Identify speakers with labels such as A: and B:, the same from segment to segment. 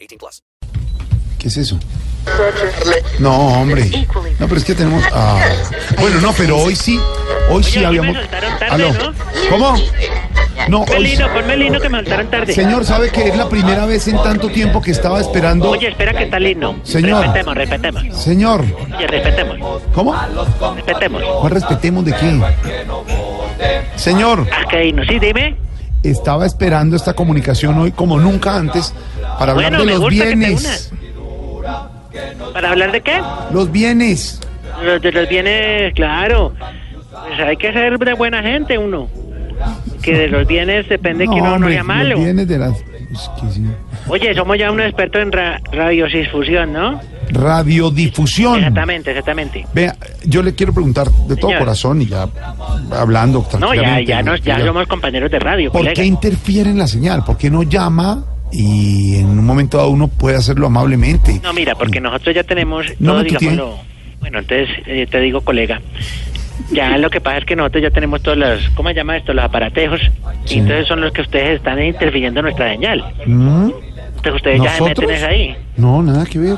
A: 18 plus.
B: ¿Qué es eso? No, hombre. No, pero es que tenemos. ah. Bueno, no, pero hoy sí. Hoy sí
C: Oye, hoy me
B: habíamos.
C: soltaron tarde,
B: Aló.
C: ¿no?
B: ¿Cómo? No, hoy.
C: Melino, ponme Lino que me saltaron tarde.
B: Señor, ¿sabe que es la primera vez en tanto tiempo que estaba esperando?
C: Oye, espera que está Lino.
B: Señor.
C: Respetemos, respetemos.
B: Señor.
C: Oye, respetemos.
B: ¿Cómo?
C: Respetemos.
B: ¿Cuál respetemos de quién? Señor,
C: Ah, qué digno. Sí, dime.
B: estaba esperando esta comunicación hoy como nunca antes para hablar
C: Bueno,
B: de
C: me
B: los
C: gusta que te
B: bienes.
C: ¿Para hablar de qué?
B: Los bienes.
C: Los de los bienes, claro. Pues hay que ser de buena gente uno. Que de los bienes depende que uno no
B: hombre,
C: sea malo.
B: los bienes de las. es que sí.
C: Oye, somos ya unos expertos en ra radiodiffusión, ¿no?
B: Radiodifusión.
C: Exactamente, exactamente.
B: Vea, yo le quiero preguntar de todo
C: Señor.
B: corazón y ya hablando
C: No, ya,
B: tranquilamente.
C: ya, nos, ya
B: ya.
C: somos compañeros de radio,
B: ¿Por
C: colega.
B: qué interfiere en la señal? ¿Por qué no llama y en un momento dado uno puede hacerlo amablemente?
C: No, mira, porque nosotros ya tenemos
B: Mm. No
C: todo,
B: me tutee.
C: digámoslo. Bueno, entonces eh, te digo, colega. Ya lo que pasa es que nosotros ya tenemos todos los, ¿cómo se llama esto? Los aparatejos.
B: Sí.
C: Y entonces son los que ustedes están interfiriendo en nuestra señal.
B: ¿Mm?
C: Entonces ustedes ya se
B: ¿Nosotros?
C: meten es ahí.
B: No, nada que ver.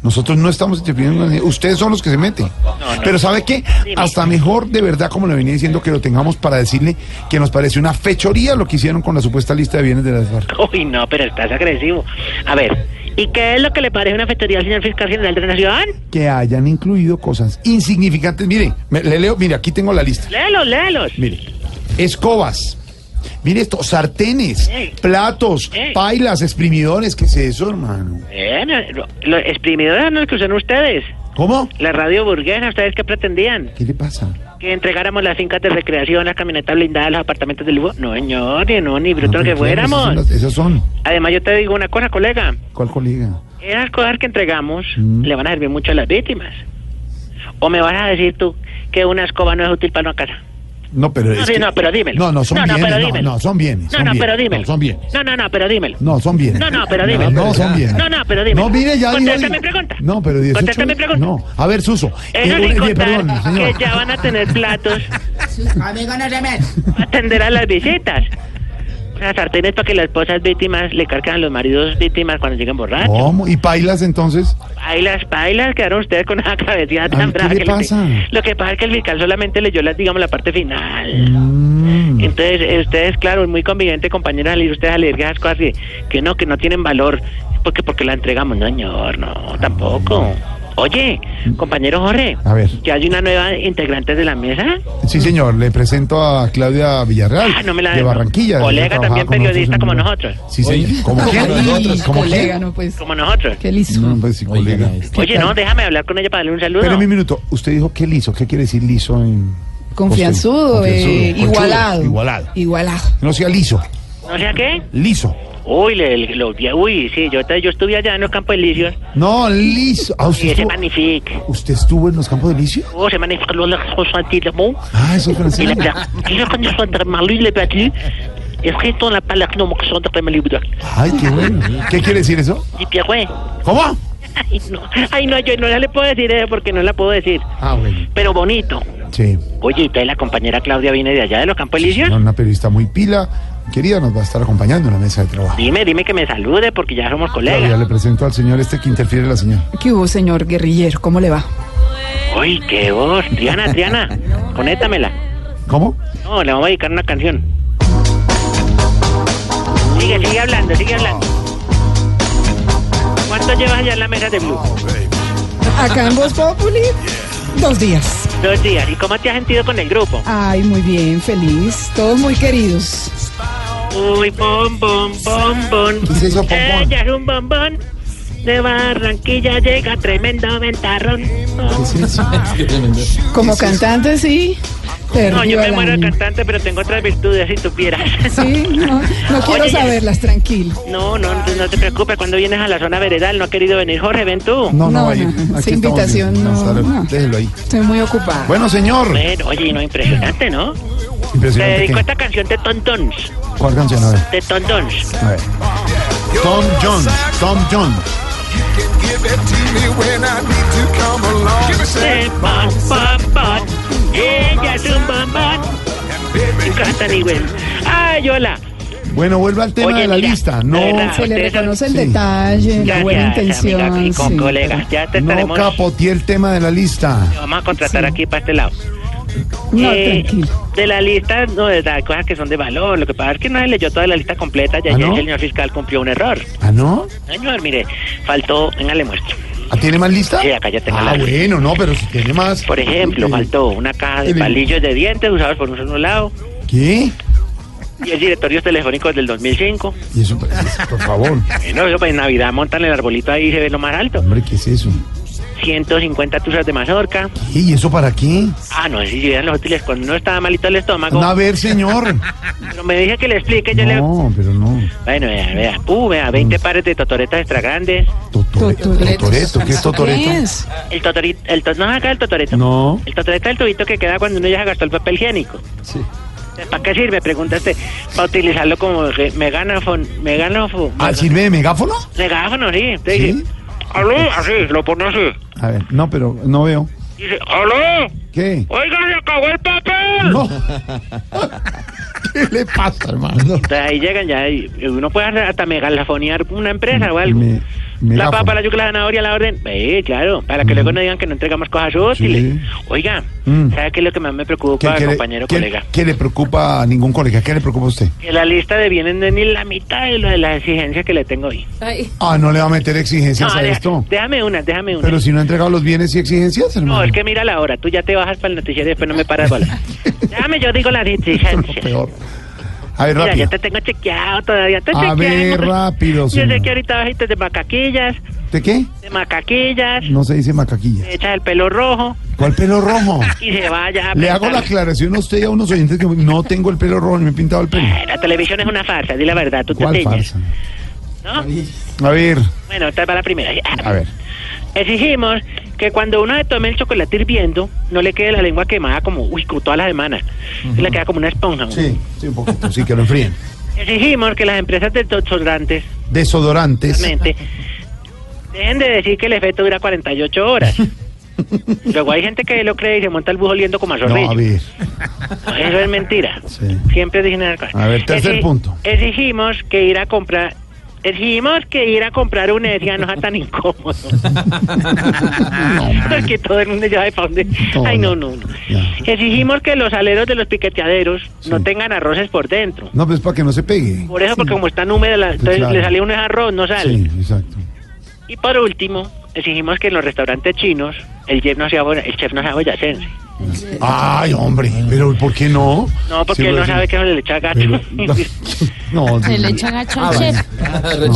B: Nosotros no estamos interfiriendo. en la señal. Ustedes son los que se meten.
C: no.
B: Pero ¿sabe qué?
C: Dime.
B: Hasta mejor, de verdad, como le venía diciendo, que lo tengamos para decirle que nos parece una fechoría lo que hicieron con la supuesta lista de bienes de las FARC.
C: Uy, no, pero estás agresivo. A ver, ¿y qué es lo que le parece una fechoría al señor fiscal general de la Nación?
B: Que hayan incluido cosas insignificantes. Mire, me- le leo, mire, aquí tengo la lista.
C: Léalos, léalos.
B: Mire, escobas. Mire esto, sartenes,
C: Ey.
B: platos,
C: Ey.
B: pailas, exprimidores, ¿qué es eso, hermano?
C: Eh, no, lo- los exprimidores son los que usan ustedes.
B: ¿Cómo?
C: La radio burguesa, ¿ustedes qué pretendían?
B: ¿Qué le pasa?
C: que entregáramos las fincas de recreación, las camionetas blindadas, los apartamentos de lujo. No, señor, ni no, ni bruto
B: No,
C: que
B: Ah, pero claro, esas son
C: fuéramos.
B: las- Esas son.
C: Además, yo te digo una cosa, colega.
B: ¿Cuál colega?
C: Esas cosas que entregamos
B: Mm.
C: le van a servir mucho a las víctimas. O me vas a decir tú que una escoba no es útil para una casa.
B: No, pero
C: No,
B: es
C: sí,
B: que-
C: no, pero dímelo.
B: No, no, son
C: no,
B: bienes.
C: pero
B: No,
C: dímelo.
B: no, son bienes.
C: No,
B: son
C: no,
B: bienes,
C: pero dímelo.
B: No, son bienes.
C: No, no, no, pero dímelo.
B: No, son bienes.
C: No, no, pero dímelo.
B: No, son bienes.
C: No, no, pero dímelo.
B: No, mire, ya
C: Contesta
B: digo-
C: mi pregunta.
B: No, pero 18
C: Contesta mi pregunta.
B: No, a ver, Suso.
C: Eso
B: eh,
C: sin
B: eh,
C: contar
B: perdón, señor.
C: que ya van a tener platos
D: Amigo, no se me...
C: para atender a las visitas. Las sartenes para que las esposas víctimas le cargan a los maridos víctimas cuando lleguen borrachos.
B: ¿Cómo? ¿Y pailas entonces?
C: Bailas, bailas, quedaron ustedes con esa cabecilla
B: Ay,
C: tan
B: ¿qué
C: brava
B: le
C: que les-
B: pasa?
C: Lo que pasa es que el fiscal solamente leyó, las, digamos, la parte final.
B: Mm.
C: Entonces, eh, ustedes, claro, es muy conveniente, compañeros, al ir ustedes a leer esas cosas que, que no, que no tienen valor, porque porque la entregamos, no, señor, no, tampoco. Oye, compañero Jorge,
B: Ah. A ver.
C: ¿ya hay una nueva integrante de la mesa?
B: Sí, señor, le presento a Claudia Villarreal
C: Ah, no me la
B: de
C: des, no.
B: Barranquilla.
C: Colega
B: Ella trabajaba
C: también
B: con nosotros
C: periodista
B: en
C: como
B: Blue.
C: nosotros.
B: Sí, señor. ¿Como
E: Como
B: quién?
E: nosotros,
B: ¿Como
E: colega,
B: quién?
E: no pues.
C: Como nosotros.
E: ¿Qué liso?
B: No, pues sí, colega.
C: Oye, no, déjame hablar con ella para darle un saludo.
B: Espérame un minuto. Usted dijo que liso. ¿Qué quiere decir liso en.
E: Confianzudo, eh,
B: Confianzudo, conchudo,
E: igualado.
B: Igualado.
E: Igualado.
B: No sea liso.
C: ¿No sea qué?
B: Liso.
C: Uy, le, lo- uy, sí, yo, te- yo estuve allá en los Campos Elíseos
B: No, liso. Ah,
C: y
B: usted,
C: ese
B: estuvo,
C: magnifique.
B: ¿Usted estuvo en los campos de liso?
C: Oh, c'est magnifique, l'eau, la sauce anti-lemon.
B: Ah, eso es
C: Et la
B: francés.
C: plaque. Et là, quand je suis entre Marlou, le battu, et après, on n'a pas la clé, on m'a entre Marlou, le battu.
B: Ay, qué bueno. ¿Qué quiere decir eso?
C: Dis, Pierre, ouais. Ah,
B: ¿Cómo?
C: Ay, no, ay, no, yo no le puedo decir eso porque no la puedo decir.
B: Ah, bueno.
C: Pero bonito.
B: Sí.
C: Oye, ¿y la compañera Claudia viene de allá de los Campos Elíseos?
B: Señor, Una periodista muy pila. Querida, nos va a estar acompañando en la mesa de trabajo.
C: Dime, dime que me salude porque ya somos
B: Claudia,
C: colegas.
B: le presento al señor este que interfiere la señal.
E: ¿Qué hubo, señor guerrillero? ¿Cómo le va?
C: Uy, qué voz. Triana, Triana, conéctamela.
B: ¿Cómo?
C: No, le vamos a dedicar una canción. Sigue, sigue hablando, sigue hablando. ¿Cuánto llevas allá en la mesa de Blue?
E: Acá en Voz Populi, dos días.
C: Dos días. ¿Y cómo te has sentido con el grupo?
E: Ay, muy bien, feliz. Todos muy queridos.
C: Uy, bom, bom, bom, bom.
B: ¿Qué es eso, bombón?
C: Ella es un bombón. De Barranquilla llega tremendo ventarrón.
B: ¿Qué es eso?
E: Como cantante, sí.
C: No, yo
E: perdió
C: me
E: el
C: muero de
E: ánimo.
C: cantante, pero tengo otras virtudes, si tuvieras.
E: Sí, no, no quiero
C: Oye, ya-
E: saberlas, tranquilo.
C: No, no, no, no te preocupes. Cuando vienes a la zona veredal, no ha querido venir Jorge, ven tú.
B: No, no,
E: No,
B: va a ir.
E: no,
B: Aquí
E: no, esa
B: estamos bien.
E: invitación no,
B: Hasta luego.
E: no.
B: Déjelo ahí.
E: Estoy muy ocupada.
B: Bueno, señor.
C: Bueno, oye, no, impresionante, ¿no? Te
B: Impresionante.
C: dedico
B: ¿qué?
C: esta canción de Tontons,
B: ¿Cuál canción? A ver.
C: de Tontons.
B: A ver. Tom Jones. Tom Jones.
C: Del pan, pan, pan. Ella es un bambán. Cantan igual. Ay, hola.
B: Bueno, vuelve al tema
C: Oye,
B: de la
C: mira,
B: lista.
C: de
B: No,
C: verdad,
E: Se le
C: ustedes son-
E: reconoce el
B: Sí.
E: detalle, la buena
C: Gracias,
E: intención.
C: amiga, y con
E: sí.
C: colegas. Ya te
B: no
C: estaremos.
B: capoteé el tema de la lista.
C: Te Vamos a contratar aquí para este lado.
E: No,
C: Eh,
E: tranquilo.
C: De la lista, no, de las cosas que son de valor. Lo que pasa es que nadie leyó toda la lista completa y
B: ¿Ah,
C: ayer
B: no?
C: el señor fiscal cumplió un error.
B: ¿Ah, no?
C: Señor, mire, faltó, venga, le muestro.
B: ¿Ah, ¿Tiene más lista?
C: Sí, acá ya tengo
B: Ah,
C: la lista.
B: bueno, no, pero si tiene más.
C: Por ejemplo,
B: Eh,
C: faltó una caja de
B: el-
C: palillos de dientes usados por un solo lado,
B: ¿Qué?
C: 10 directorios telefónicos del 2005.
B: ¿Y eso? Por favor.
C: Bueno, eso pues en Navidad montan el arbolito ahí y se ve lo más alto.
B: Hombre, ¿qué es eso?
C: 150 tuzas de mazorca.
B: ¿Qué? ¿Y eso para qué?
C: Ah, no, si llegan los útiles cuando uno estaba malito el estómago.
B: Anda a ver, señor.
C: Pero me dije que le explique, yo le...
B: No, pero no.
C: Bueno, vea, vea. Uh, vea, 20 pares de totoretas extra grandes.
B: Totore-
E: Totoreto.
B: Totoreto. ¿Qué es Totoreto?
E: ¿Qué es?
C: El totorito, el to- no saca el totoreto.
B: No.
C: El totoreta es el tubito que queda cuando uno ya se gastó el papel higiénico.
B: Sí.
C: ¿Para qué sirve? Preguntaste. Para utilizarlo como re- meganafon, meganofo.
B: Ah, ¿sirve de megáfono?
C: Megáfono, sí. Te
B: ¿Sí?
C: dice, aló, así, lo pone así.
B: A ver, no, pero no veo.
C: Dice, aló,
B: ¿Qué?
C: oiga, se acabó el papel.
B: No. ¿Qué le pasa, hermano?
C: Entonces ahí llegan ya, y uno puede hacer hasta megalafonear una empresa o algo.
B: Me-
C: la
B: megáfono.
C: papa, la yuca, la zanahoria, la orden. Eh, claro, para que luego no digan que no entregamos cosas útiles. Oiga,
B: Mm.
C: ¿sabe qué es lo que más me preocupa,
B: le-
C: compañero
B: qué-
C: colega?
B: qué le preocupa a ningún colega? ¿Qué le preocupa a usted?
C: Que la lista de bienes no es ni la mitad de, lo de las exigencias que le tengo hoy.
B: Ah, no le va a meter
C: No,
B: exigencias a
C: deja-
B: esto.
C: déjame una, déjame una.
B: Pero si no ha entregado los bienes y exigencias, hermano.
C: No, es que mira la hora. Tú ya te bajas para el noticiero y después no me paras bola. déjame, yo digo las
B: Eso es lo
C: exigencias.
B: peor. A ver,
C: Mira,
B: rápido.
C: yo te tengo chequeado todavía. Te
B: A
C: chequeamos.
B: ver, rápido,
C: Yo
B: señor.
C: sé que ahorita bajaste de macaquillas,
B: ¿De qué?
C: de macaquillas,
B: No se dice macaquilla.
C: te echas el pelo rojo
B: ¿Cuál pelo rojo?
C: y se vaya. a
B: Le
C: pensar.
B: hago la aclaración a usted y a unos oyentes que no tengo el pelo rojo, ni me he pintado el pelo.
C: Eh, La televisión es una farsa, di la verdad, tú te
B: ¿Cuál
C: tiñes.
B: farsa?
C: ¿no?
B: A ver,
C: Bueno, esta va la primera.
B: a ver.
C: Exigimos que cuando uno se tome el chocolate hirviendo, no le quede la lengua quemada como, uy, como todas las semanas. Se Le queda como una esponja. ¿no?
B: Sí, sí, un poquito, sí, que lo enfríen.
C: Exigimos que las empresas de desodorantes,
B: Desodorantes.
C: realmente, dejen de decir que el efecto dura 48 horas. Luego hay gente que lo cree y se monta el bus oliendo como a
B: No,
C: zorrillo.
B: a ver.
C: Eso es mentira.
B: Sí.
C: Siempre dicen esas cosas.
B: A ver, tercer
C: Exi-
B: punto.
C: Exigimos que ir a comprar. Exigimos que ir a comprar un ESIA no sea tan incómodo. Porque todo el mundo ya sabe para dónde.
B: Todo
C: Ay, no,
B: ya.
C: no. no.
B: Ya.
C: Exigimos que los aleros de los piqueteaderos no tengan arroces por dentro.
B: No, pues para que no se pegue.
C: Por eso, porque como están húmedas, la- entonces
B: claro.
C: le sale un arroz, no sale.
B: Sí, exacto.
C: Y por último, exigimos que en los restaurantes chinos el chef no sea, bo- el chef no sea boyacense.
B: Ay, hombre, pero ¿por qué no?
C: No, porque
B: Sí,
C: él no
B: pero-
C: sabe que no le echa gato.
B: pero- No, Ah,
F: Se le
B: sí.
F: echan gacho al chef. Al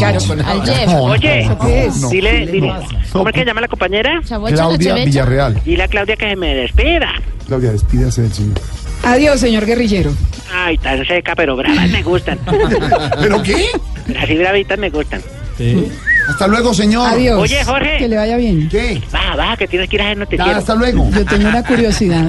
F: chef.
B: No,
C: Oye,
B: no, no,
C: dile,
B: no.
C: dile, ¿cómo es que
B: No,
C: se llama la compañera?
F: Chabuecha la
B: Claudia
F: chevecha.
B: Villarreal.
C: Dile a Claudia que se me despida.
B: Claudia, despídase del señor.
E: Adiós, señor guerrillero.
C: Ay, tan seca, pero bravas me gustan.
B: ¿Pero qué?
C: Así bravitas me gustan.
B: Hasta luego, señor.
E: Adiós.
C: Oye, Jorge.
E: Que le vaya bien.
B: ¿Qué?
C: Baja, baja, que tienes que ir a hacer no te
B: Ya,
C: quiero.
B: hasta luego.
E: Yo tengo una curiosidad.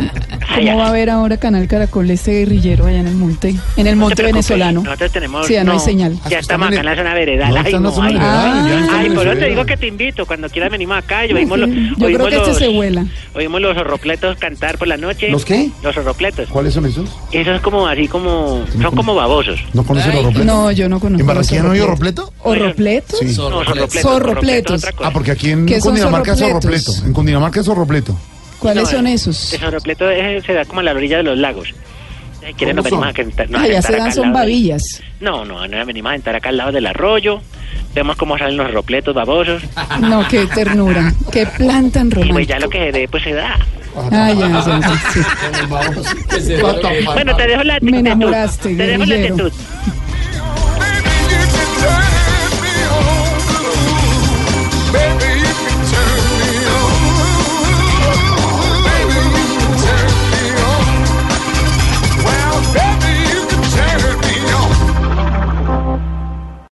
C: Ay, ay.
E: ¿Cómo va a ver ahora Canal Caracol este guerrillero allá en el monte? En el
C: No te
E: monte
C: preocupes,
E: venezolano.
C: Nosotros tenemos.
E: Sí, ya no hay señal.
C: Ya estamos
B: Estamos
C: acá
B: en-
C: en la zona veredal.
B: No,
C: ay,
B: está en la
C: no,
B: zona
C: ay,
B: veredal,
E: ya estamos
C: Ay,
B: en
C: por
B: la
C: eso te
B: veredal.
C: digo que te invito. Cuando quieras venimos acá y oímos los.
E: Yo creo
C: oímos
E: que este
C: los-
E: se vuela.
C: Oímos los zorropletos cantar por la noche.
B: ¿Los qué?
C: Los zorropletos.
B: ¿Cuáles son esos?
C: Esos como así como. Son como babosos.
B: ¿No conoce los ropletos?
E: No, yo no conozco.
B: ¿En Barranquilla
E: los
B: no hay
E: zorropletos.
B: ropleto?
E: ¿O ropletos?
B: Sí.
C: No, zorropletos.
E: Zorropletos.
C: otra cosa.
B: Ah, porque aquí en
E: ¿Qué son
B: Cundinamarca es
E: zorropletos?
B: sorropleto. En Cundinamarca es sorropleto.
E: ¿Cuáles
C: No, eh,
E: son
C: el-
E: esos?
C: El sorropleto es- se da como a la orilla de los lagos. Si quieren, nos
B: ¿Cómo son?
C: venimos a cantar. nos
E: Ah, ya
C: a sentar
E: se
C: acá
E: dan,
C: al
E: son
C: lado de-
E: babillas.
C: No, no, nos venimos a sentar acá al lado del arroyo. Vemos cómo salen los ropletos babosos.
E: No, qué ternura. Qué plan tan
C: Y pues ya
E: romántico.
C: lo que se dé, pues se da.
E: Ah, ya, ya, ya, sí.
C: Bueno, te dejo
E: Me
C: la actitud.
E: enamoraste,
C: Te dejo la
E: guerrillero.
C: actitud.